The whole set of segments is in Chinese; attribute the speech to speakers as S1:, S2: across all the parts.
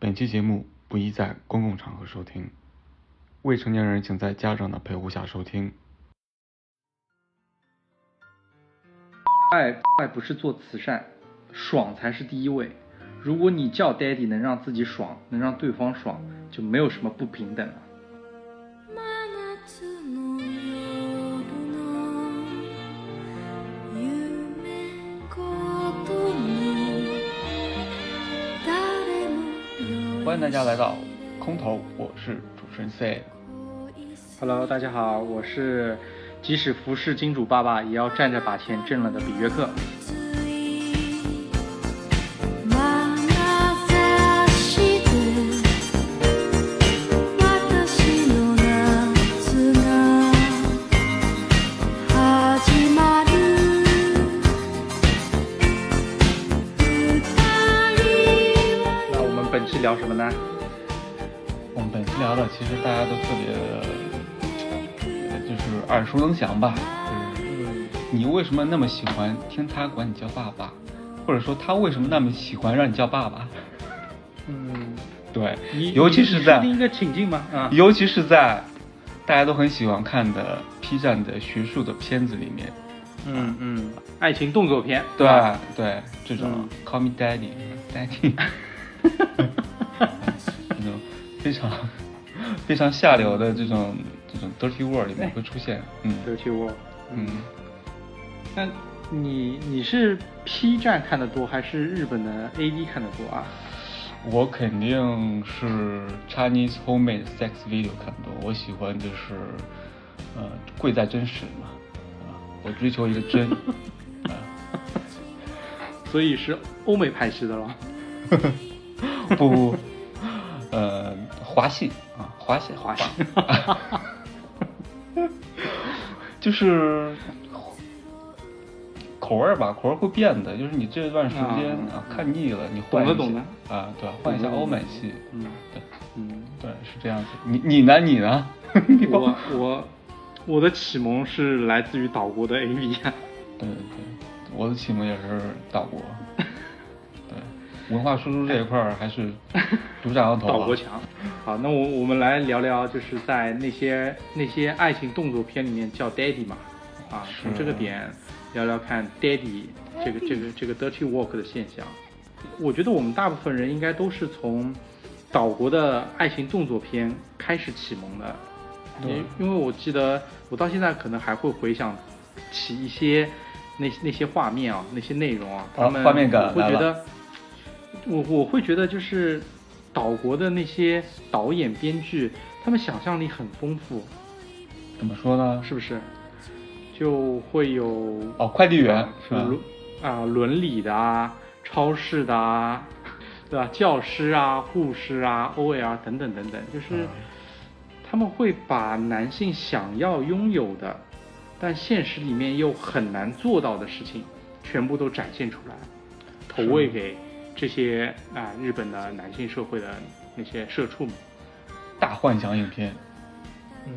S1: 本期节目不宜在公共场合收听，未成年人请在家长的陪护下收听。
S2: 爱爱不是做慈善，爽才是第一位。如果你叫 daddy 能让自己爽，能让对方爽，就没有什么不平等了。
S3: 真夏の夜の夢ことに誰も
S1: 欢迎大家来到空投，我是主持人 C。
S2: Hello，大家好，我是即使服侍金主爸爸也要站着把钱挣了的比约克。
S3: 眼差して私の夏が始まる二人は
S2: 那我们本期聊什么呢？
S1: 我们本期聊的其实大家都特别，呃就是耳熟能详吧。
S2: 嗯
S1: 你为什么那么喜欢听他管你叫爸爸，或者说他为什么那么喜欢让你叫爸爸？
S2: 嗯，
S1: 对
S2: 你，
S1: 尤其是
S2: 你
S1: 在
S2: 设定一个情境吗？啊，
S1: 尤其是在大家都很喜欢看的 P 站的学术的片子里面，
S2: 嗯嗯，爱情动作片，
S1: 对
S2: 吧？
S1: 对，这种、
S2: 嗯
S1: Call Me Daddy，Daddy，这种非常非常下流的这种这种 dirty word 里面会出现，嗯
S2: 德去沃。
S1: 嗯，
S2: 那你你是 P 站看的多，还是日本的 AV 看的多啊？
S1: 我肯定是 Chinese homemade sex video 看得多，我喜欢就是呃贵在真实嘛，啊，我追求一个真，啊。
S2: 所以是欧美拍戏的咯。
S1: 不不，不，呃，华系啊，华系
S2: 华系，
S1: 就是口味儿吧，口味儿会变的。就是你这段时间
S2: 啊
S1: 啊看腻了，你换一
S2: 懂
S1: 下
S2: 的嗯懂
S1: 啊，对，换一下
S2: 懂的
S1: 欧美系，
S2: 嗯
S1: 对
S2: 嗯，
S1: 对是这样子。你你呢？你呢？你帮
S2: 我我我的启蒙是来自于岛国的 AV 啊。
S1: 对对对，我的启蒙也是岛 国，对文化输出这一块儿还是独占 鳌头
S2: 岛
S1: 啊
S2: 国强。好，那我我们来聊聊，就是在那些那些爱情动作片里面叫 daddy 嘛，啊，
S1: 是
S2: 从这个点聊聊看 daddy 这个这个这个 dirty work 的现象。我觉得我们大部分人应该都是从岛国的爱情动作片开始启蒙的，
S1: 对
S2: 因因为我记得我到现在可能还会回想起一些那那些画面啊，那些内容啊，
S1: 啊
S2: 他们
S1: 画面感
S2: 我会
S1: 来
S2: 觉
S1: 了
S2: 得。我我会觉得就是岛国的那些导演编剧，他们想象力很丰富，
S1: 怎么说呢？
S2: 是不是？就会有
S1: 哦，快递员是吧？
S2: 伦啊、伦理的啊，超市的啊，对吧？教师啊，护士啊，OL 啊等等等等，就是
S1: 啊
S2: 他们会把男性想要拥有的，但现实里面又很难做到的事情，全部都展现出来，投
S1: 是
S2: 喂给这些啊、日本的男性社会的那些社畜们。
S1: 大幻想影片，
S2: 嗯，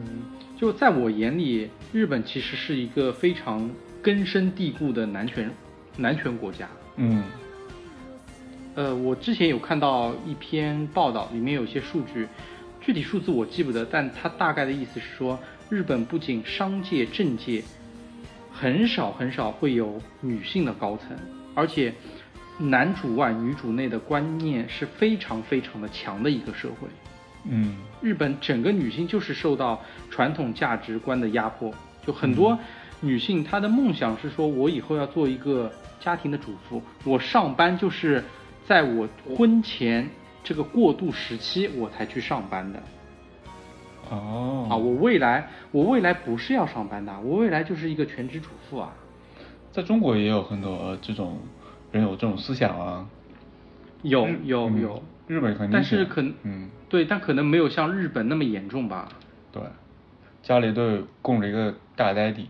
S2: 就在我眼里，日本其实是一个非常根深蒂固的男权男权国家。
S1: 嗯
S2: 呃，我之前有看到一篇报道，里面有一些数据，具体数字我记不得，但它大概的意思是说，日本不仅商界、政界很少很少会有女性的高层，而且男主外女主内的观念是非常非常的强的一个社会。
S1: 嗯。
S2: 日本整个女性就是受到传统价值观的压迫，就很
S1: 嗯
S2: 多女性她的梦想是说，我以后要做一个家庭的主妇，我上班就是在我婚前这个过渡时期我才去上班的
S1: 哦
S2: 啊，我未来我未来不是要上班的，啊我未来就是一个全职主妇啊，
S1: 在中国也有很多这种人有这种思想啊，
S2: 有有
S1: 嗯
S2: 有，
S1: 日本肯定
S2: 但是可能
S1: 嗯
S2: 对，但可能没有像日本那么严重吧。
S1: 对，家里都有供着一个大 daddy，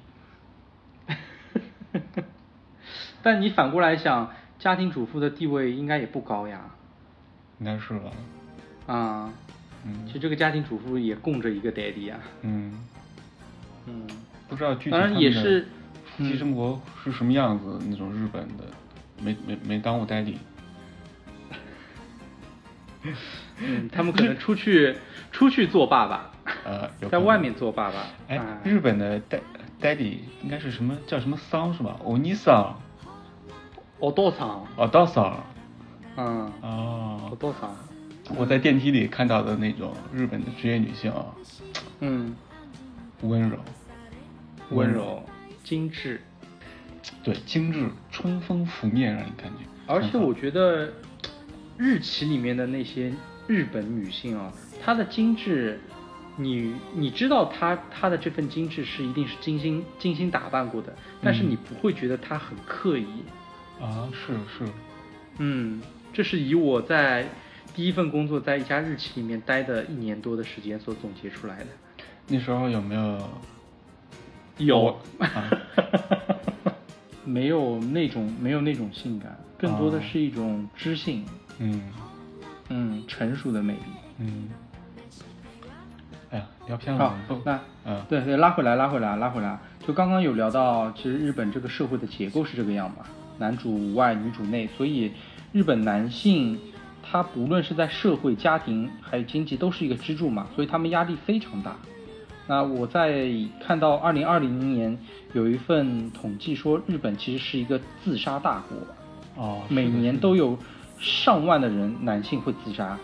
S2: 但你反过来想，家庭主妇的地位应该也不高呀。
S1: 应该是吧？
S2: 啊，
S1: 嗯
S2: 其实这个家庭主妇也供着一个 daddy 啊。
S1: 嗯，
S2: 嗯，
S1: 不知道具体
S2: 当
S1: 他
S2: 然
S1: 们
S2: 也
S1: 的
S2: 是，嗯
S1: 夫妻生活是什么样子，那种日本的没没没当过 daddy，
S2: 嗯，他们可能 出去出去做爸爸，
S1: 呃，有
S2: 在
S1: 可
S2: 外
S1: 能
S2: 面做爸爸。
S1: 哎
S2: 啊，
S1: 日本的 dad daddy 应该是什么叫什么桑是吧？欧尼桑，
S2: 我多长？
S1: 哦，道桑，
S2: 嗯，我
S1: 哦，
S2: 多长？
S1: 我在电梯里看到的那种日本的职业女性啊，
S2: 嗯，
S1: 温柔，
S2: 温柔、精致，
S1: 对，精致，春风拂面，让你感觉。
S2: 而且
S1: 很好
S2: 我觉得日企里面的那些日本女性啊，她的精致，你你知道她她的这份精致是一定是精心精心打扮过的，但是
S1: 嗯
S2: 你不会觉得她很刻意。
S1: 啊，是是，
S2: 嗯，这是以我在第一份工作在一家日企里面待的一年多的时间所总结出来的。
S1: 那时候有没有？
S2: 有，
S1: 啊
S2: 没有那种没有那种性感，更多
S1: 哦
S2: 的是一种知性，
S1: 嗯
S2: 嗯，成熟的魅力。
S1: 嗯。哎呀，聊偏了
S2: 好，，
S1: 不，
S2: 那
S1: 嗯
S2: 对对，拉回来，拉回来，拉回来。就刚刚有聊到，其实日本这个社会的结构是这个样嘛，男主外女主内，所以日本男性他不论是在社会、家庭还有经济都是一个支柱嘛，所以他们压力非常大。那我在看到二零二零年有一份统计说，日本其实是一个自杀大国，
S1: 哦，是
S2: 每
S1: 的
S2: 年
S1: 是
S2: 都
S1: 的
S2: 有上万的人男性会自杀，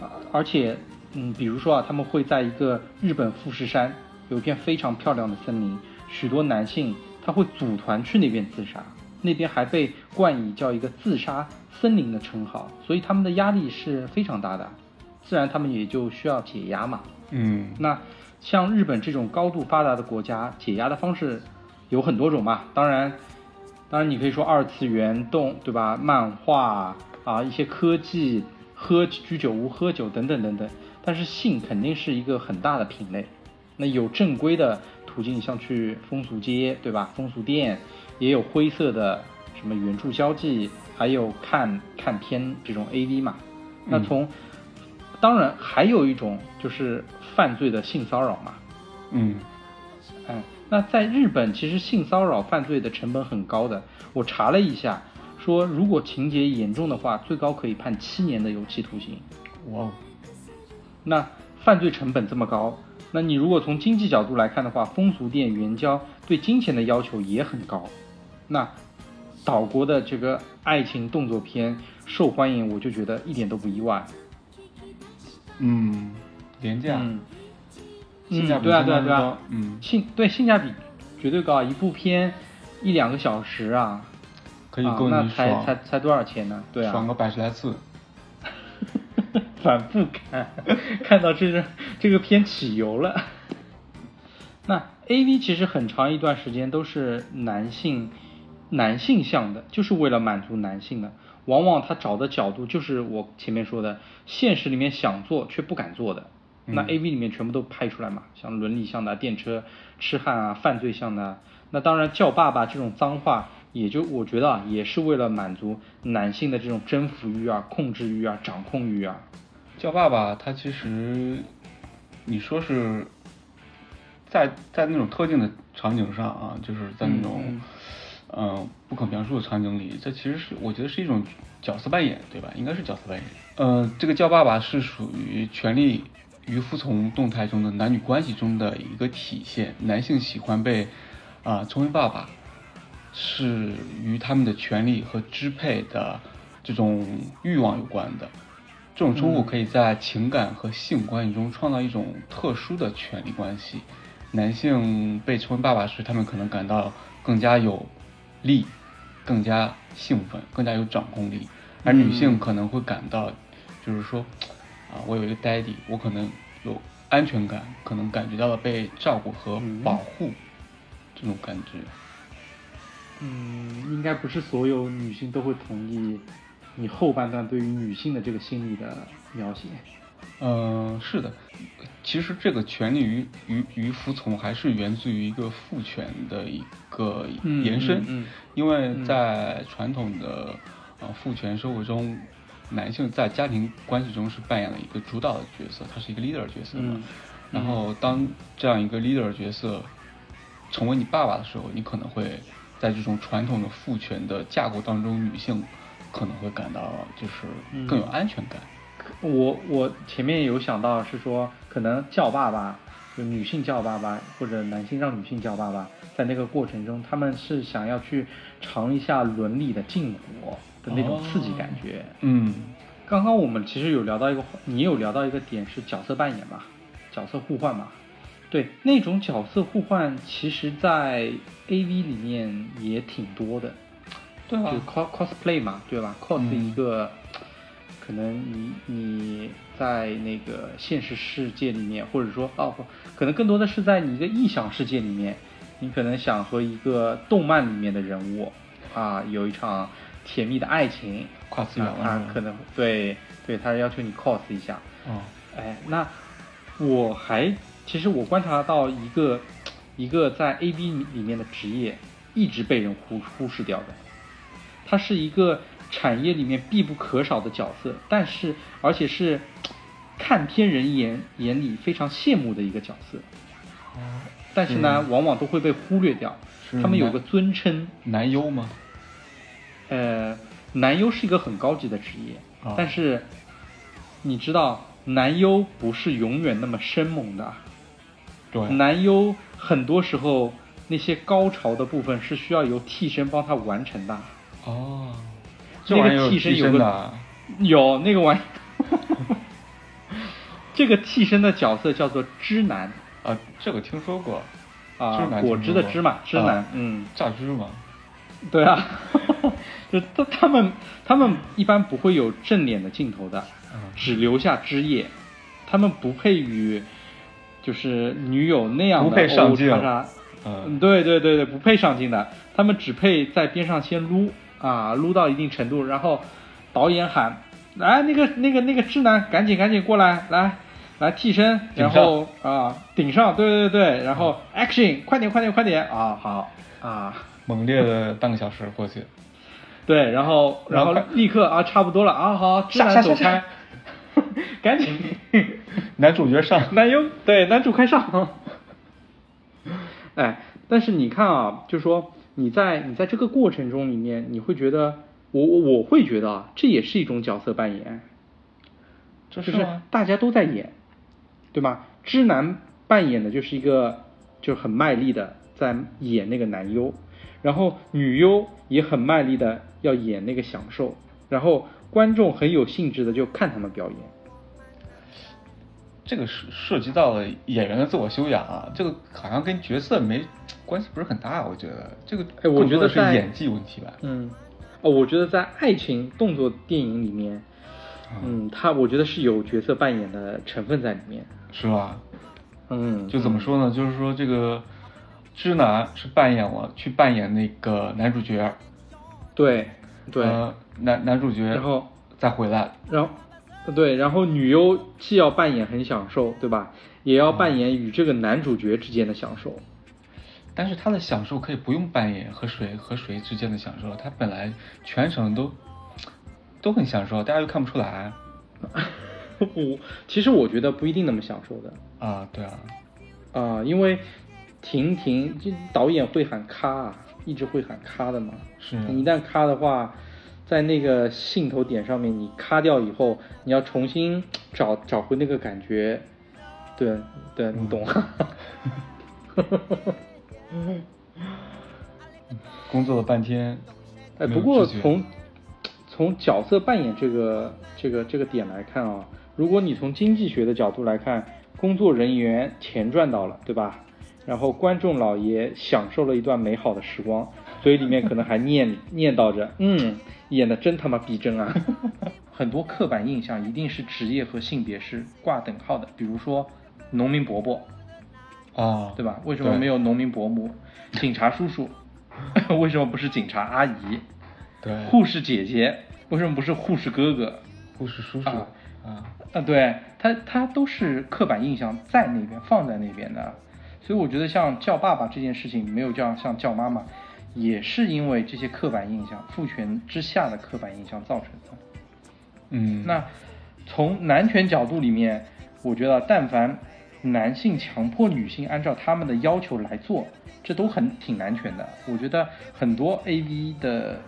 S2: 啊而且，嗯，比如说啊，他们会在一个日本富士山有一片非常漂亮的森林，许多男性他会组团去那边自杀，那边还被冠以叫一个自杀森林的称号，所以他们的压力是非常大的，自然他们也就需要解压嘛。
S1: 嗯
S2: 那像日本这种高度发达的国家，解压的方式有很多种嘛。当然，当然你可以说二次元动，对吧？漫画啊，一些科技、喝居酒屋、喝酒等等等等。但是性肯定是一个很大的品类。那有正规的途径，像去风俗街，对吧？风俗店也有灰色的什么原著交际，还有看看片这种 AV 嘛。那
S1: 嗯
S2: 从当然，还有一种就是犯罪的性骚扰嘛。
S1: 嗯，
S2: 哎，那在日本，其实性骚扰犯罪的成本很高的。我查了一下，说如果情节严重的话，最高可以判七年的有期徒刑。
S1: 哇哦，
S2: 那犯罪成本这么高，那你如果从经济角度来看的话，风俗店、援交对金钱的要求也很高。那岛国的这个爱情动作片受欢迎，我就觉得一点都不意外。
S1: 嗯，廉价，
S2: 嗯，
S1: 性价
S2: 嗯，
S1: 比
S2: 对啊，
S1: 相
S2: 对啊，
S1: 当
S2: 对
S1: 之
S2: 啊
S1: 高，，嗯，
S2: 性对性价比绝对高啊！一部片一两个小时啊，
S1: 可以
S2: 啊
S1: 够
S2: 那
S1: 你
S2: 才才
S1: 爽，
S2: 才多少钱呢？对啊，
S1: 爽个百十来次，
S2: 反复看， 看到这是这个片起油了。那 A V 其实很长一段时间都是男性男性向的，就是为了满足男性的。往往他找的角度就是我前面说的，现实里面想做却不敢做的。那
S1: 嗯
S2: A V 里面全部都拍出来嘛，像伦理向的、啊电车、痴汉啊、犯罪向的啊。那当然叫爸爸这种脏话，也就我觉得啊，也是为了满足男性的这种征服欲啊、控制欲啊、掌控欲啊。
S1: 叫爸爸，他其实你说是在在那种特定的场景上啊，就是在那种
S2: 嗯
S1: 嗯、呃不可描述的场景里，这其实是我觉得是一种角色扮演，对吧？应该是角色扮演。呃，这个叫爸爸是属于权力与服从动态中的男女关系中的一个体现，男性喜欢被啊、称为爸爸，是与他们的权利和支配的这种欲望有关的。这种称呼
S2: 嗯
S1: 可以在情感和性关系中创造一种特殊的权利关系。男性被称为爸爸时，他们可能感到更加有力、更加兴奋、更加有掌控力，而女性可能会感到，就是说，啊，我有一个 daddy，我可能有安全感，可能感觉到了被照顾和
S2: 嗯
S1: 保护、这种感觉。
S2: 嗯，应该不是所有女性都会同意你后半段对于女性的这个心理的描写。
S1: 嗯，是的，其实这个权利与与与服从还是源自于一个父权的一个
S2: 嗯
S1: 延伸，
S2: 嗯嗯
S1: 因为
S2: 嗯
S1: 在传统的呃父权社会中，男性在家庭关系中是扮演了一个主导的角色，他是一个 leader 角色嘛。
S2: 嗯
S1: 然后当这样一个 leader 角色成为你爸爸的时候，你可能会在这种传统的父权的架构当中，女性可能会感到就是更有
S2: 嗯
S1: 安全感。
S2: 我我前面有想到是说，可能叫爸爸，就女性叫爸爸或者男性让女性叫爸爸，在那个过程中，他们是想要去尝一下伦理的禁果的那种刺激感觉。
S1: 嗯
S2: 刚刚我们其实有聊到一个话，你有聊到一个点是角色扮演嘛，角色互换嘛。对，那种角色互换，其实在 A V 里面也挺多的，
S1: 对啊
S2: 就是 cos cosplay 嘛，对吧？cos
S1: 嗯
S2: 一个，可能你你在那个现实世界里面，或者说哦不，可能更多的是在你一个臆想世界里面，你可能想和一个动漫里面的人物啊有一场甜蜜的爱情，
S1: 跨次元
S2: 啊
S1: 了
S2: 他
S1: 是吧
S2: 可能对对，他要求你 cos 一下。
S1: 哦
S2: 哎，那我还其实我观察到一个一个在 A B 里面的职业一直被人忽忽视掉的，它是一个产业里面必不可少的角色，但是而且是看片人眼眼里非常羡慕的一个角色，但是呢，往往都会被忽略掉。
S1: 是
S2: 他们有
S1: 男
S2: 个尊称，
S1: 男优吗？
S2: 呃，男优是一个很高级的职业，
S1: 啊
S2: 但是你知道，男优不是永远那么生猛的，
S1: 对，
S2: 男优很多时候那些高潮的部分是需要由替身帮他完成的。
S1: 哦，这
S2: 那
S1: 玩意儿
S2: 个
S1: 有
S2: 替身有
S1: 的
S2: 个
S1: 啊，
S2: 有那个玩意， 这个替身的角色叫做芝男
S1: 啊，这个听说过，
S2: 啊
S1: 芝麻，
S2: 果汁的芝麻，芝
S1: 听说过
S2: 男
S1: 啊，
S2: 嗯，
S1: 榨汁嘛，
S2: 对啊， 就他他们他们一般不会有正脸的镜头的，
S1: 嗯
S2: 只留下枝叶，他们不配与就是女友那样的
S1: 不配上镜
S2: 叉叉
S1: 嗯
S2: 对对对对，不配上镜的，他们只配在边上先撸啊，撸到一定程度，然后导演喊来那个那个那个智男，赶紧赶紧过来，来来替身，
S1: 顶
S2: 然
S1: 上
S2: 后啊顶上，对对对，然后 action，快点快点快点啊好啊。
S1: 猛烈的半个小时过去，
S2: 对，然后然
S1: 然后
S2: 后
S1: 快
S2: 立刻啊，差不多了啊，好，知
S1: 下
S2: 难
S1: 下
S2: 走
S1: 下
S2: 开， 赶 紧，
S1: 男主角上，
S2: 男优对男主开上。 哎，但是你看啊，就说你在你在这个过程中里面，你会觉得我我我会觉得啊，这也是一种角色扮演，
S1: 这
S2: 就是是
S1: 吗？
S2: 大家都在演，对吗？知男扮演的就是一个就很卖力的在演那个男优，然后女优也很卖力的要演那个享受，然后观众很有兴致的就看他们表演。
S1: 这个涉涉及到了演员的自我修养啊，这个好像跟角色没关系，不是很大，我觉得这个
S2: 哎我
S1: 更
S2: 觉
S1: 多的
S2: 得
S1: 是
S2: 在
S1: 演技问题吧。
S2: 嗯，哦，我觉得在爱情动作电影里面，
S1: 啊
S2: 嗯，他我觉得是有角色扮演的成分在里面。
S1: 是吧？
S2: 嗯，
S1: 就怎么说呢？就是说这个知男是扮演我去扮演那个男主角，
S2: 嗯对对，
S1: 呃男男主角，
S2: 然后
S1: 再回来，
S2: 然后，对，然后女优既要扮演很享受，对吧？也
S1: 啊
S2: 要扮演与这个男主角之间的享受。
S1: 但是他的享受可以不用扮演和谁和谁之间的享受，他本来全程都都很享受，大家又看不出来
S2: 我其实我觉得不一定那么享受的
S1: 啊，对啊，
S2: 啊、因为婷婷就导演会喊咔啊，一直会喊咔的嘛。
S1: 是
S2: 你一旦咔的话，在那个兴头点上面，你咔掉以后，你要重新找找回那个感觉。对对，你懂。
S1: 工作了半天，
S2: 哎，
S1: 没
S2: 不
S1: 有
S2: 过
S1: 知觉
S2: 从从角色扮演这个这个这个点来看啊，如果你从经济学的角度来看，工作人员钱赚到了，对吧？然后观众老爷享受了一段美好的时光，嘴里面可能还念念叨着，嗯，演的真他妈逼 真啊！很多刻板印象一定是职业和性别是挂等号的，比如说农民伯伯，
S1: 啊，
S2: 对吧？为什么没有农民伯母、警察 叔叔？为什么不是警察阿姨？
S1: 对
S2: 护士姐姐为什么不是护士哥哥？
S1: 护士叔叔
S2: 啊
S1: 啊，
S2: 啊，对他，他都是刻板印象在那边放在那边的，所以我觉得像叫爸爸这件事情没有叫像叫妈妈，也是因为这些刻板印象父权之下的刻板印象造成的。
S1: 嗯，
S2: 那从男权角度里面，我觉得但凡男性强迫女性按照他们的要求来做，这都很挺男权的。我觉得很多 A V 的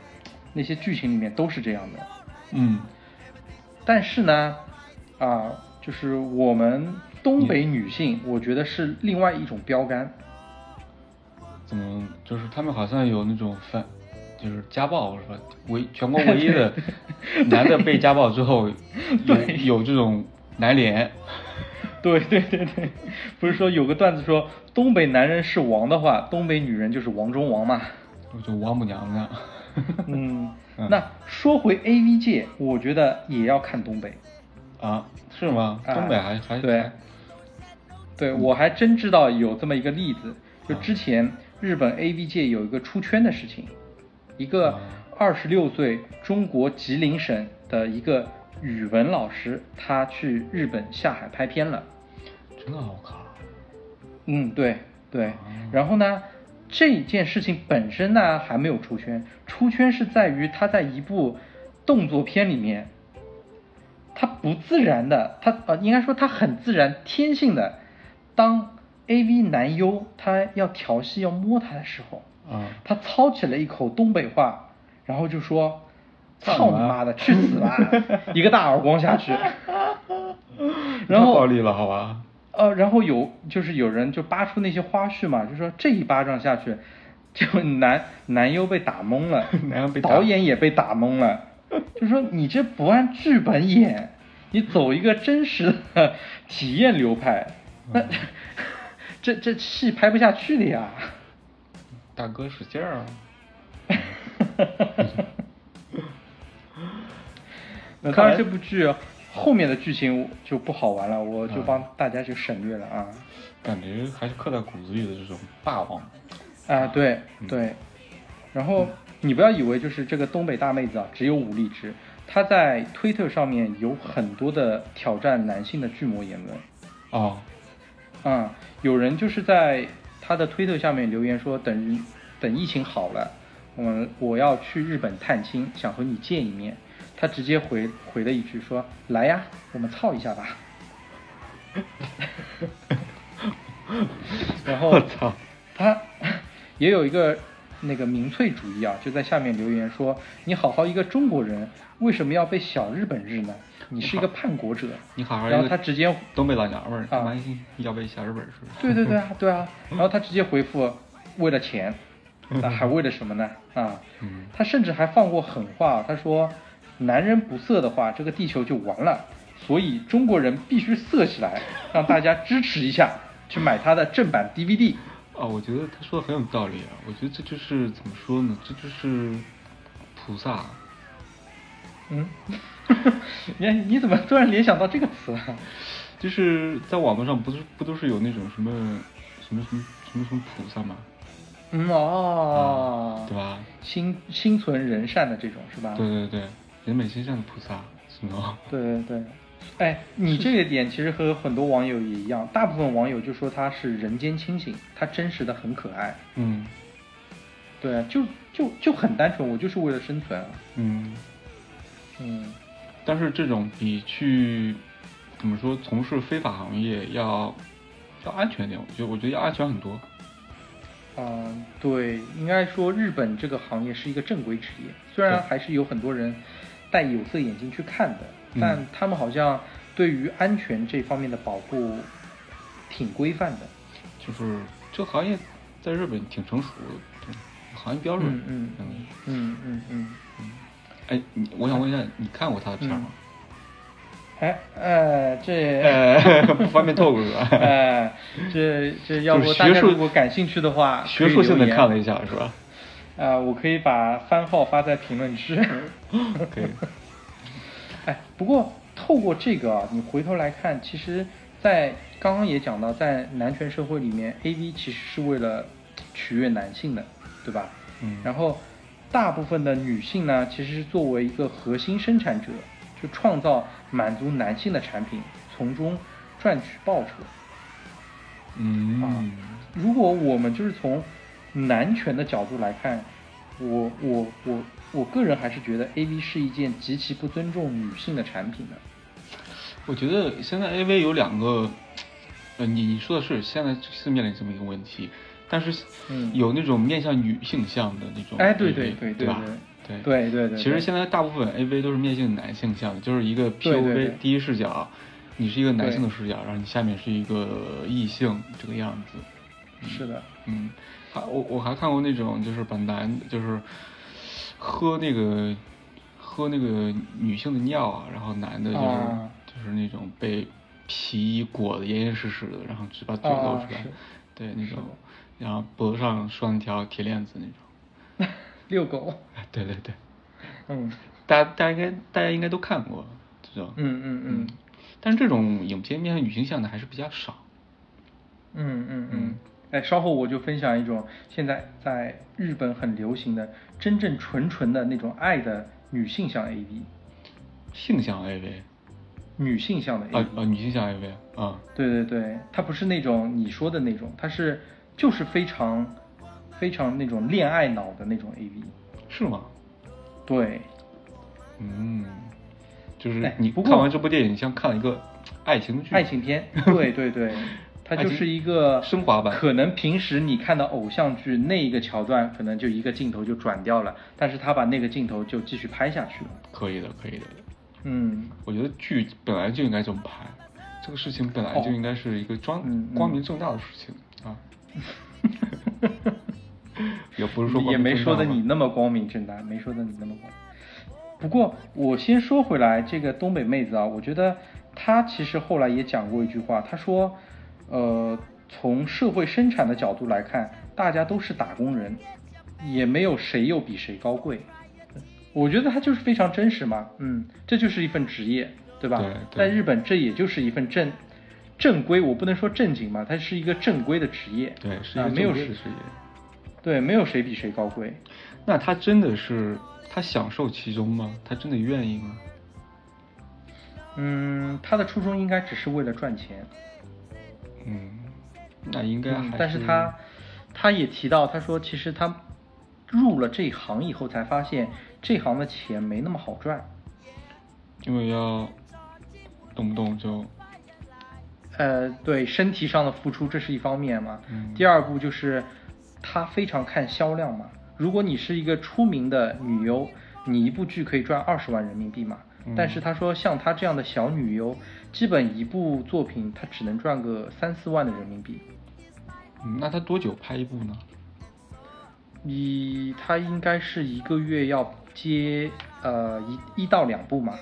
S2: 那些剧情里面都是这样的。
S1: 嗯，
S2: 但是呢，啊，就是我们东北女性，我觉得是另外一种标杆。
S1: 怎么就是他们好像有那种反，就是家暴，我说唯全国唯一 的男的被家暴之后，有有这种男脸，
S2: 对对对对，不是说有个段子说东北男人是王的话，东北女人就是王中王嘛。
S1: 我就王母娘娘。
S2: 嗯，
S1: 嗯
S2: 那说回 A V 界，我觉得也要看东北。
S1: 啊，是吗？
S2: 啊
S1: 东北还、还
S2: 对，对我还真知道有这么一个例子，就之前日本 A V 界有一个出圈的事情，一个
S1: 啊
S2: 二十六岁中国吉林省的一个语文老师，他去日本下海拍片了。
S1: 真的好看。
S2: 嗯，对对
S1: 哦。
S2: 然后呢，这件事情本身呢还没有出圈，出圈是在于他在一部动作片里面，他不自然的，他呃应该说他很自然天性的，当 A V 男优他要调戏要摸他的时候，
S1: 啊
S2: 他操起了一口东北话，然后就说。操
S1: 操
S2: 你
S1: 你妈
S2: 妈的，去死吧！一个大耳光下去，然
S1: 太
S2: 后
S1: 嗯暴力了，好吧？，
S2: 呃，然后有就是有人就扒出那些花絮嘛，就说这一巴掌下去，就男男优被打懵了
S1: 男优被打
S2: 导演也被打懵了， 就说你这不按剧本演，你走一个真实的 体验流派，
S1: 嗯
S2: 那、 这这戏拍不下去的呀。
S1: 大哥使劲儿啊！
S2: 那
S1: 看
S2: 当
S1: 来
S2: 然，这部剧后面的剧情就不好玩了，我
S1: 嗯
S2: 就帮大家去省略了啊。
S1: 感觉还是刻在骨子里的这种霸王。
S2: 啊，对
S1: 嗯
S2: 对。然后你不要以为就是这个东北大妹子啊，只有武力值，她在推特上面有很多的挑战男性的巨魔言论。
S1: 哦，
S2: 啊、有人就是在她的推特下面留言说，等等疫情好了，嗯，我要去日本探亲，想和你见一面。她直接回回了一句说：“来呀，我们操一下吧。” 然 后
S1: 我操！
S2: 他 也有一个那个民粹主义啊，就在下面留言说：“你好好一个中国人，为什么要被小日本日呢？你是一个叛国者。”
S1: 你好好一
S2: 然后
S1: 个
S2: 他直接，
S1: 东北老娘们儿，干
S2: 啊
S1: 嘛一定要被小日本是？
S2: 对对对啊，对啊。
S1: 嗯
S2: 然后他直接回复：“为了钱，那还为了什么呢？”啊，
S1: 嗯，
S2: 他甚至还放过狠话，他说：“男人不色的话，这个地球就完了。”所以中国人必须色起来，让大家支持一下，去买他的正版 DVD。
S1: 哦，我觉得他说的很有道理啊。我觉得这就是怎么说呢？这就是菩萨。啊
S2: 嗯， 你你怎么突然联想到这个词啊？
S1: 就是在网络上不是不都是有那种什么什么什么什么什么菩萨嘛，
S2: 嗯
S1: 嗯对
S2: 哦，
S1: 吧？
S2: 心心存仁善的这种是吧？
S1: 对对对，人美心善的菩萨，是吗？
S2: 对对对哎，你这个点其实和很多网友也一样，大部分网友就说他是人间清醒，他真实的很可爱，
S1: 嗯
S2: 对，就就就很单纯，我就是为了生存，啊
S1: 嗯，
S2: 嗯，
S1: 但是这种比去怎么说从事非法行业要要安全一点，我觉得我觉得要安全很多。
S2: 啊、对，应该说日本这个行业是一个正规职业，虽然
S1: 对
S2: 还是有很多人戴有色眼镜去看的，
S1: 嗯
S2: 但他们好像对于安全这方面的保护挺规范的。
S1: 就是这个行业在日本挺成熟的，行业标准
S2: 嗯。嗯
S1: 嗯
S2: 嗯嗯嗯。
S1: 哎，你我想问一下，你看过他的片儿吗？
S2: 哎，呃， 这，
S1: 呃，不方便透露是吧？
S2: 呃，这这，要
S1: 就
S2: 不
S1: 是
S2: 大家
S1: 学术
S2: 如果感兴趣的话，
S1: 学术性的看了
S2: 啊
S1: 一下是吧？、
S2: 呃我可以把番号发在评论 区。
S1: 可以。
S2: 哎，不过透过这个啊，你回头来看，其实，在刚刚也讲到，在男权社会里面，A V 其实是为了取悦男性的，对吧？
S1: 嗯
S2: 然后，大部分的女性呢，其实是作为一个核心生产者，就创造满足男性的产品，从中赚取报酬。
S1: 嗯，
S2: 如果我们就是从男权的角度来看，我我我我个人还是觉得 A V 是一件极其不尊重女性的产品的。
S1: 我觉得现在 AV 有两个，呃，你你说的是现在是面临这么一个问题，但是
S2: 嗯
S1: 有那种面向女性向的那种 AV，
S2: 哎对对对
S1: 对吧
S2: 对对？
S1: 对
S2: 对对对，
S1: 其实
S2: 对
S1: 现在大部分 AV 都是面向男性向的，就是一个
S2: 对对对
S1: POV 第一视角，你是一个男性的视角，然后你下面是一个异性这个样子。
S2: 是的，
S1: 嗯，还我我还看过那种就是把男就是喝那个喝那个女性的尿啊，然后男的就是、
S2: 啊
S1: 就是那种被皮衣裹得严严实实的，然后只把嘴露
S2: 啊
S1: 出来，
S2: 是
S1: 对那
S2: 是
S1: 种
S2: 的，
S1: 然后脖子上拴一条铁链子那种。
S2: 遛狗，
S1: 对对对，
S2: 嗯
S1: 大家大家应该大家应该都看过这种，
S2: 嗯嗯嗯
S1: 但是这种影片面向女性向的还是比较少。
S2: 嗯嗯嗯
S1: 嗯，
S2: 哎，稍后我就分享一种现在在日本很流行的真正纯纯的那种爱的女性向 AV，
S1: 性向 AV，
S2: 女性向的 AV，、
S1: 啊啊，女性向 AV 啊，
S2: 对对对，它不是那种你说的那种，它是就是非常非常那种恋爱脑的那种 AV。
S1: 是吗？
S2: 对，
S1: 嗯，就是
S2: 哎
S1: 你
S2: 不过
S1: 看完这部电影，像看了一个爱情剧，
S2: 爱 情片，对对对，它
S1: 爱
S2: 就
S1: 情
S2: 是一个
S1: 升华版
S2: 可能平时你看到偶像剧那一个桥段，可能就一个镜头就转掉了，但是他把那个镜头就继续拍下去了。
S1: 可以的，可以的。
S2: 嗯，
S1: 我觉得剧本来就应该这么拍，这个事情本来
S2: 哦
S1: 就应该是一个装、
S2: 嗯嗯
S1: 光明正大的事情啊。也不是说光
S2: 也
S1: 明
S2: 没
S1: 正
S2: 说
S1: 大
S2: 的
S1: 吧
S2: 你那么光明正大，没说的你那么光。不过我先说回来，这个东北妹子啊，我觉得她其实后来也讲过一句话，她说，呃，从社会生产的角度来看，大家都是打工人，也没有谁又比谁高贵。我觉得她就是非常真实嘛，嗯，这就是一份职业，对吧？
S1: 对对
S2: 在日本，这也就是一份正正规，我不能说正经嘛，它是一个正规的职业，
S1: 对是一
S2: 啊
S1: 个
S2: 没有
S1: 正规
S2: 谁
S1: 的事业。
S2: 对，没有谁比谁高贵。
S1: 那他真的是他享受其中吗？他真的愿意吗？
S2: 嗯，他的初衷应该只是为了赚钱，
S1: 嗯，那应该还
S2: 嗯、但是他他也提到，他说其实他入了这一行以后才发现，这行的钱没那么好赚。
S1: 因为要动不动就
S2: 呃，对身体上的付出这是一方面嘛，
S1: 嗯
S2: 第二步就是他非常看销量嘛。如果你是一个出名的女优，你一部剧可以赚二十万人民币嘛。
S1: 嗯
S2: 但是他说，像他这样的小女优，基本一部作品她只能赚个三四万的人民币。
S1: 嗯，那他多久拍一部呢？
S2: 你他应该是一个月要接呃一一到两部嘛，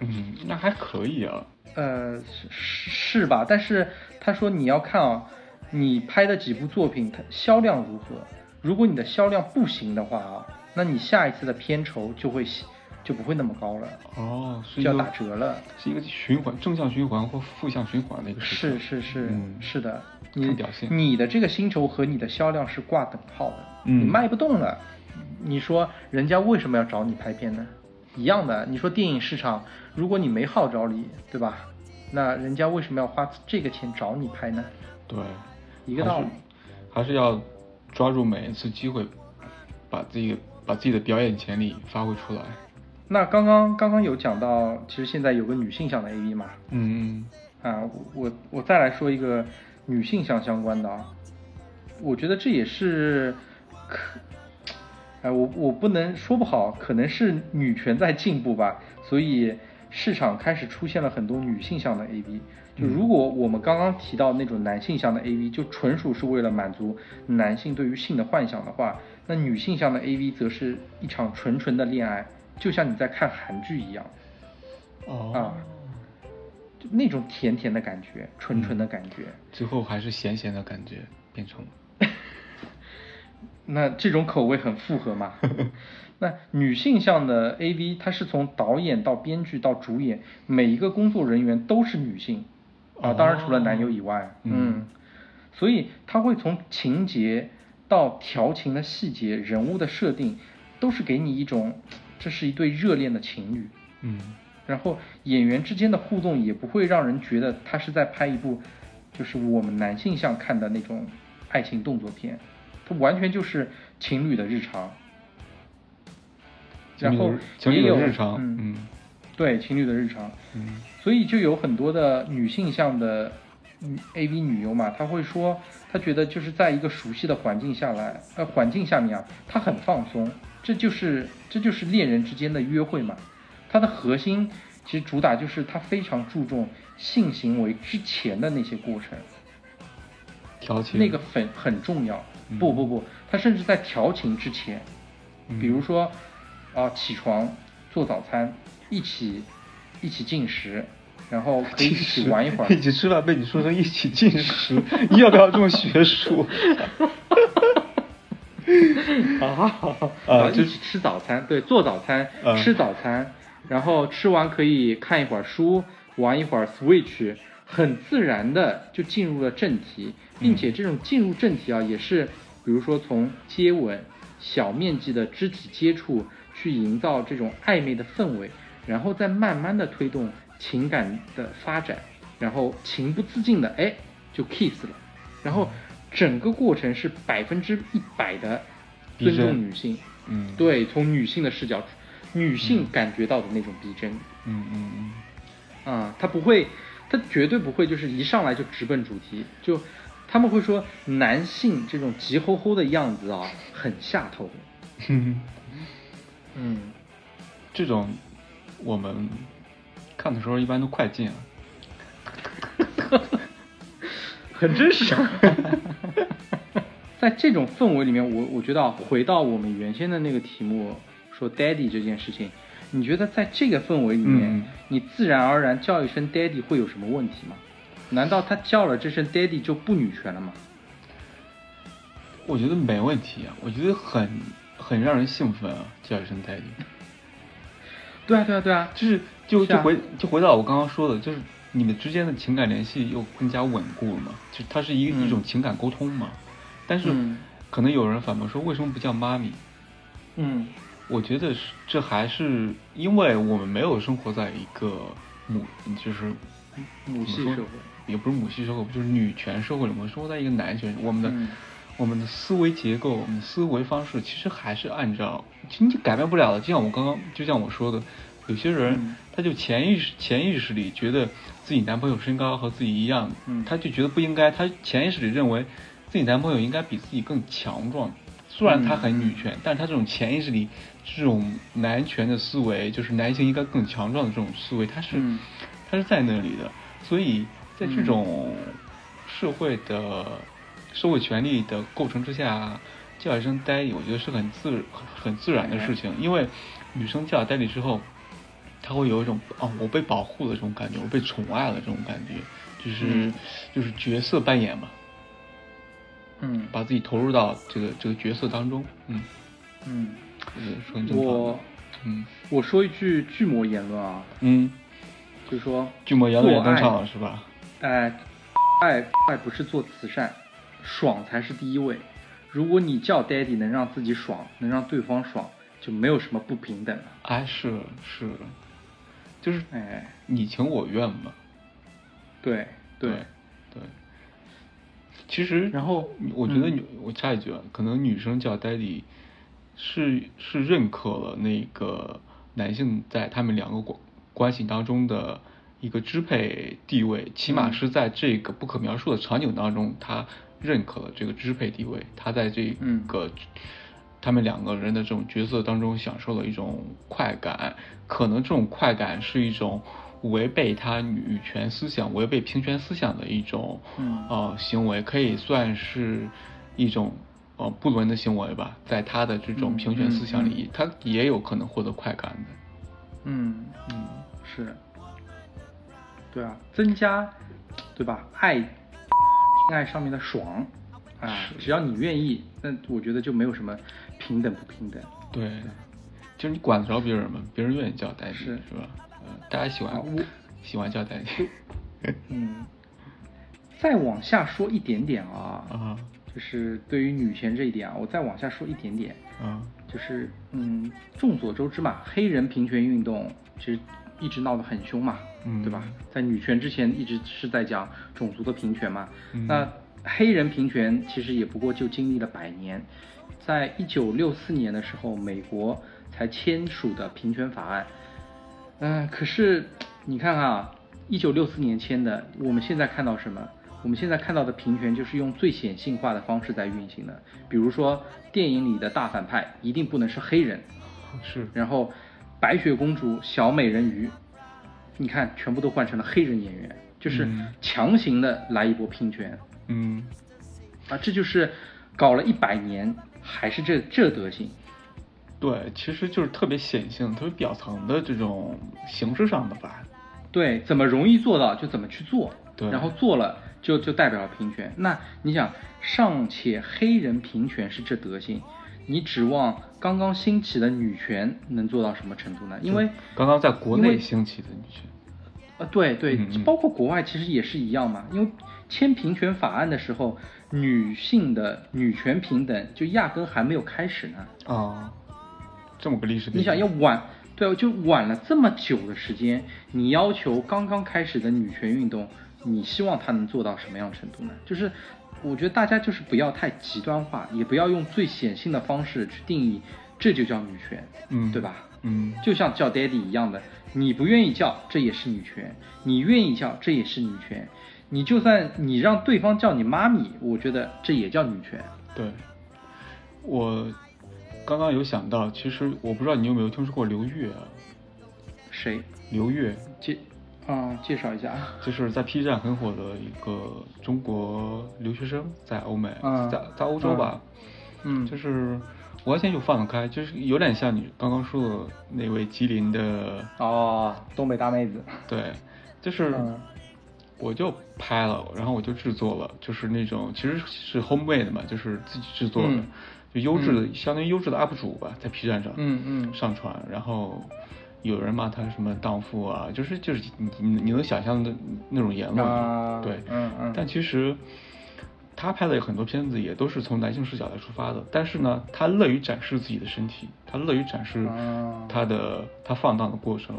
S1: 嗯，那还可以啊。
S2: 呃是是吧？但是他说你要看啊，你拍的几部作品它销量如何？如果你的销量不行的话啊，那你下一次的片酬就会就不会那么高了，
S1: 哦，是
S2: 就
S1: 一
S2: 要打
S1: 个
S2: 折了。
S1: 是一个循环，正向循环或负向循环的一个事情。
S2: 是是是、
S1: 嗯
S2: 是的，
S1: 看
S2: 你
S1: 表现
S2: 你的这个薪酬和你的销量是挂等号的，
S1: 嗯
S2: 你卖不动了，你说人家为什么要找你拍片呢？一样的，你说电影市场，如果你没号召力，对吧？那人家为什么要花这个钱找你拍呢？
S1: 对，
S2: 一个道理。
S1: 还是要抓住每一次机会，把自己把自己的表演潜力发挥出来。
S2: 那刚刚刚刚有讲到，其实现在有个女性向的 AV 嘛，
S1: 嗯，
S2: 啊，我我我再来说一个女性向相关的啊，我觉得这也是可，哎，我我不能说不好，可能是女权在进步吧，所以市场开始出现了很多女性向的 AV。就如果我们刚刚提到那种男性向的 AV，就纯属是为了满足男性对于性的幻想的话，那女性向的 AV 则是一场纯纯的恋爱，就像你在看韩剧一样。
S1: 哦，
S2: 啊就那种甜甜的感觉，纯纯的感觉。
S1: 最后还是咸咸的感觉变成了。
S2: 那这种口味很复合嘛？那女性向的 AV，它是从导演到编剧到主演，每一个工作人员都是女性啊，
S1: 哦
S2: 当然除了男优以外，
S1: 嗯
S2: 所以它会从情节到调情的细节、人物的设定，都是给你一种这是一对热恋的情侣。
S1: 嗯，
S2: 然后演员之间的互动也不会让人觉得他是在拍一部就是我们男性向看的那种爱情动作片，它完全就是情侣的日常。然后
S1: 情侣
S2: 也
S1: 的
S2: 有
S1: 日常，
S2: 嗯，
S1: 嗯
S2: 对情侣的日常，
S1: 嗯
S2: 所以就有很多的女性向的嗯 AV 女优嘛，她会说她觉得就是在一个熟悉的环境下来，呃环境下面啊，她很放松，这就是这就是恋人之间的约会嘛。它的核心其实主打就是它非常注重性行为之前的那些过程，
S1: 调情
S2: 那个很很重要
S1: 嗯。
S2: 不不不，它甚至在调情之前，
S1: 嗯
S2: 比如说啊、起床做早餐，一起一起进食，然后可以一起玩一会儿
S1: 一。起吃饭被你说成一起进食，你要不要这么学 术？
S2: 啊
S1: 啊就
S2: 一起吃早餐，对，做早餐，
S1: 嗯
S2: 吃早餐，然后吃完可以看一会儿书，玩一会儿 Switch，很自然的就进入了正
S1: 嗯
S2: 题，并且这种进入正题啊，也是比如说从接吻、小面积的肢体接触去营造这种暧昧的氛围，然后再慢慢的推动情感的发展，然后情不自禁的哎就 kiss 了，然后
S1: 嗯
S2: 整个过程是百分之一百的尊
S1: 逼
S2: 重
S1: 真
S2: 女性，
S1: 嗯，，
S2: 对，从女性的视角，女性感觉到的那种逼真
S1: 嗯嗯嗯，
S2: 啊，他不会，他绝对不会就是一上来就直奔主题，就他们会说男性这种急吼吼的样子啊，很下头。
S1: 哼
S2: 嗯，
S1: 这种我们看的时候一般都快进啊，
S2: 很真实。 在这种氛围里面，我我觉得啊，回到我们原先的那个题目，说 daddy 这件事情，你觉得在这个氛围里面，
S1: 嗯
S2: 你自然而然叫一声 daddy 会有什么问题吗？难道他叫了这声 daddy 就不女权了吗？
S1: 我觉得没问题啊，我觉得很很让人兴奋啊，叫一声代理，
S2: 对啊，对啊，对啊，
S1: 就是就是就
S2: 啊
S1: 回就回到我刚刚说的，就是你们之间的情感联系又更加稳固了嘛，就它是一个、
S2: 嗯
S1: 一种情感沟通嘛，但是
S2: 嗯
S1: 可能有人反驳说为什么不叫妈咪？
S2: 嗯
S1: 我觉得是，这还是因为我们没有生活在一个母，就是
S2: 母系
S1: 怎么说
S2: 社会
S1: 也不是母系社会，就是女权社会里，我们生活在一个男权，我们的、
S2: 嗯
S1: 我们的思维结构、我们的思维方式，其实还是按照，其实你改变不了的。就像我刚刚，就像我说的，有些人、
S2: 嗯
S1: 他就潜意识潜意识里觉得自己男朋友身高和自己一样，
S2: 嗯
S1: 他就觉得不应该，他潜意识里认为自己男朋友应该比自己更强壮。虽然
S2: 嗯
S1: 他很女权，但是他这种潜意识里这种男权的思维，就是男性应该更强壮的这种思维，他是、
S2: 嗯
S1: 他是在那里的。所以在这种社会的、社会权利的构成之下，叫一声 daddy，我觉得是很自很很自然的事情，因为女生叫 daddy 之后，她会有一种哦，我被保护的这种感觉，我被宠爱了这种感觉，就是、
S2: 嗯
S1: 就是角色扮演嘛，
S2: 嗯
S1: 把自己投入到这个这个角色当中，嗯，
S2: 嗯，
S1: 我觉得是很正常的
S2: 我，
S1: 嗯
S2: 我说一句巨魔言论啊，
S1: 嗯，
S2: 就是说
S1: 巨魔杨乐也登场
S2: 做爱
S1: 了是吧？
S2: 哎，爱爱不是做慈善，爽才是第一位。如果你叫 daddy 能让自己爽，能让对方爽，就没有什么不平等了。
S1: 哎，是是，就是
S2: 哎，
S1: 你情我愿嘛，
S2: 对对，
S1: 对。其实，
S2: 然后
S1: 我觉得
S2: 嗯
S1: 女，我插一句啊，可能女生叫 daddy 是是认可了那个男性在他们两个关关系当中的一个支配地位，起码
S2: 嗯
S1: 是在这个不可描述的场景当中，他认可了这个支配地位，他在这
S2: 嗯
S1: 个、他们两个人的这种角色当中享受了一种快感，可能这种快感是一种违背他女权思想、违背平权思想的一种、
S2: 嗯
S1: 呃行为，可以算是一种呃不伦的行为吧。在他的这种
S2: 嗯
S1: 平权思想里，
S2: 嗯嗯
S1: 他也有可能获得快感的。
S2: 嗯，
S1: 嗯，
S2: 是，对啊，增加，对吧？爱，爱上面的爽，啊，只要你愿意，那我觉得就没有什么平等不平等。
S1: 对，就是你管得着别人吗？别人愿意叫代理
S2: 是
S1: 是吧？呃，大家喜欢、
S2: 啊我
S1: 喜欢叫代理
S2: 嗯，再往下说一点点啊，
S1: 啊
S2: 就是对于女权这一点啊，我再往下说一点点，
S1: 啊，
S2: 就是嗯，众所周知嘛，黑人平权运动其实一直闹得很凶嘛，
S1: 嗯
S2: 对吧？在女权之前一直是在讲种族的平权嘛，
S1: 嗯
S2: 那黑人平权其实也不过就经历了百年，在一九六四年的时候，美国才签署的平权法案，嗯，可是你看看啊，一九六四年签的，我们现在看到什么？
S4: 我们现在看到的平权就是用最显性化的方式在运行的。比如说，电影里的大反派一定不能是黑人，
S1: 是
S4: 然后白雪公主、小美人鱼，你看全部都换成了黑人演员，就是
S1: 嗯
S4: 强行的来一波平权
S1: 嗯，
S4: 啊！这就是搞了一百年还是这这德行。
S1: 对，其实就是特别显性、特别表层的这种形式上的吧。
S4: 对，怎么容易做到就怎么去做，
S1: 对
S4: 然后做了就就代表了平权。那你想，尚且黑人平权是这德行，你指望刚刚兴起的女权能做到什么程度呢？因为
S1: 刚刚在国
S4: 因为
S1: 内兴起的女权，
S4: 呃，对对，
S1: 嗯嗯
S4: 包括国外其实也是一样嘛。因为签平权法案的时候，女性的女权平等就压根还没有开始呢。
S1: 啊，这么个历史背景，
S4: 你想要晚，对，就晚了这么久的时间，你要求刚刚开始的女权运动，你希望它能做到什么样程度呢？就是我觉得大家就是不要太极端化，也不要用最显性的方式去定义，这就叫女权，
S1: 嗯，
S4: 对吧？
S1: 嗯，
S4: 就像叫 daddy 一样的，你不愿意叫，这也是女权；你愿意叫，这也是女权。你就算你让对方叫你妈咪，我觉得这也叫女权。
S1: 对，我刚刚有想到，其实我不知道你有没有听说过刘月啊？
S4: 谁
S1: 刘月
S4: 介啊、介绍一下啊？
S1: 就是在 P 站很火的一个中国留学生，在欧美，
S2: 嗯
S1: 在在欧洲吧，
S2: 嗯
S1: 就是完全就放得开，就是有点像你刚刚说的那位吉林的，
S2: 哦，东北大妹子，
S1: 对，就是
S2: 嗯
S1: 我就拍了，然后我就制作了，就是那种其实是 homemade 嘛，就是自己制作的，
S2: 嗯
S1: 就优质的，相当于优质的 UP 主吧，在 P 站上，
S2: 嗯嗯
S1: 上传，然后有人骂他什么荡妇啊，就是就是你你你能想象的那种言论，
S2: 啊
S1: 对，
S2: 嗯嗯
S1: 但其实。他拍的很多片子也都是从男性视角来出发的，但是呢，他乐于展示自己的身体，他乐于展示
S2: 啊嗯
S1: 他的、他放荡的过程，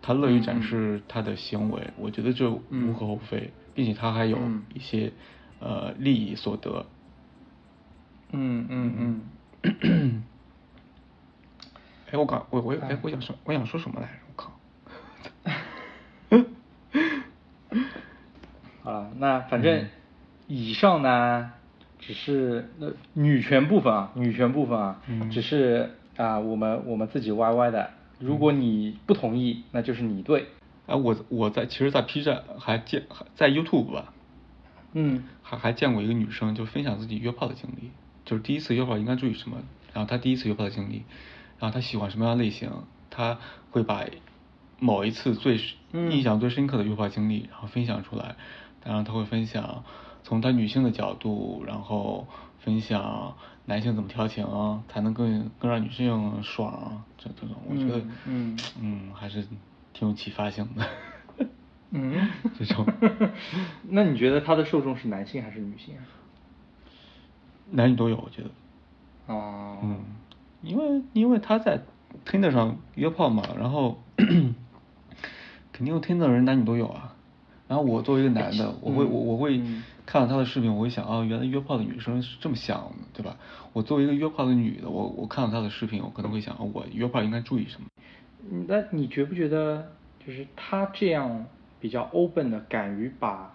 S1: 他乐于展示他的行为，我觉得这无可厚非，并且他还有
S2: 嗯
S1: 一些、呃利益所得，
S2: 嗯嗯嗯，
S1: 哎，我刚我我哎，我想说我想说什么来着？我靠！
S2: 好了，那反
S1: 嗯
S2: 正以上呢，只是那女权部分啊，女权部分啊，
S1: 嗯
S2: 只是啊、我们我们自己歪歪的。如果你不同意，那就是你对。
S1: 哎，我我在其实，在 B 站还见还在 YouTube 吧，
S2: 嗯
S1: 还还见过一个女生，就分享自己约炮的经历，就是第一次约炮应该注意什么，然后她第一次约炮的经历，然后她喜欢什么样的类型，她会把某一次最深
S2: 嗯
S1: 印象最深刻的约炮经历，然后分享出来，当然她会分享从她女性的角度，然后分享男性怎么调情啊才能更更让女性爽啊，这这种我觉得
S2: 嗯嗯
S1: 嗯还是挺有启发性的，
S2: 嗯，
S1: 这种
S2: 那你觉得它的受众是男性还是女性啊？
S1: 男女都有，我觉得。
S2: 哦，
S1: 嗯，因为因为他在 Tinder 上约炮嘛，然后 肯定 Tinder 的人男女都有啊。然后我作为一个男 的，我会我我会
S2: 嗯
S1: 看到他的视频，我会想啊，原来约炮的女生是这么想的，对吧？我作为一个约炮的女的，我我看到他的视频，我可能会想，啊，我约炮应该注意什么？
S2: 嗯那你觉不觉得，就是他这样比较 open 的，敢于把，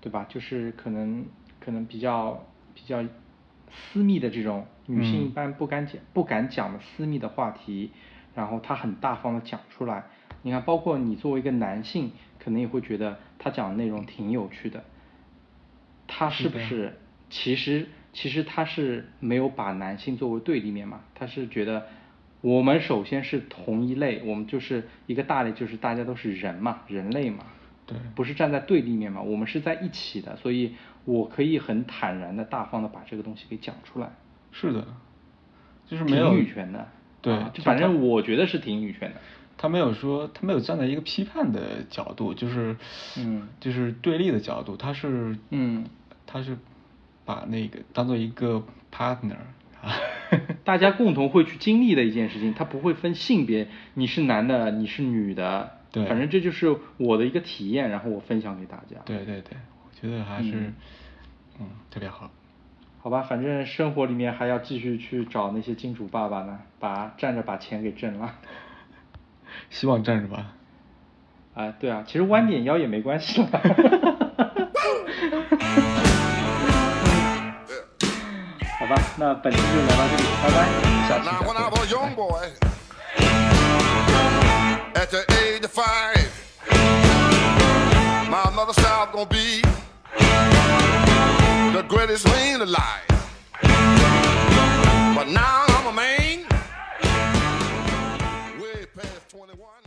S2: 对吧？就是可能可能比较比较私密的这种女性一
S1: 嗯
S2: 般不敢讲、不敢讲的私密的话题，然后他很大方的讲出来。你看，包括你作为一个男性，可能也会觉得他讲的内容挺有趣的。他是不是其实其实他是没有把男性作为对立面嘛？他是觉得我们首先是同一类，我们就是一个大类，就是大家都是人嘛，人类嘛，
S1: 对
S2: 不是站在对立面嘛，我们是在一起的，所以我可以很坦然的、大方的把这个东西给讲出来，
S1: 是的，就是没有
S2: 挺女权的。
S1: 对
S2: 啊
S1: 就
S2: 反
S1: 他
S2: 正我觉得是挺女权的。
S1: 他没有说，他没有站在一个批判的角度，就是，
S2: 嗯
S1: 就是对立的角度，他是，
S2: 嗯，
S1: 他是把那个当做一个 partner 啊，
S2: 大家共同会去经历的一件事情，它不会分性别，你是男的，你是女的，
S1: 对
S2: 反正这就是我的一个体验，然后我分享给大家，
S1: 对对对，我觉得还是
S2: 嗯，
S1: 嗯，特别好，
S2: 好吧，反正生活里面还要继续去找那些金主 爸爸呢，把站着把钱给挣了，
S1: 希望站着吧，
S2: 啊，对啊，其实弯点腰也没 关系了。好吧，那本期就聊到这里，拜拜，下期
S5: Now,
S2: 再
S5: when I
S2: 会
S5: was a。young boy, at the age of five, my mother said I was gonna be the greatest man alive. But now I'm a man, way past 21.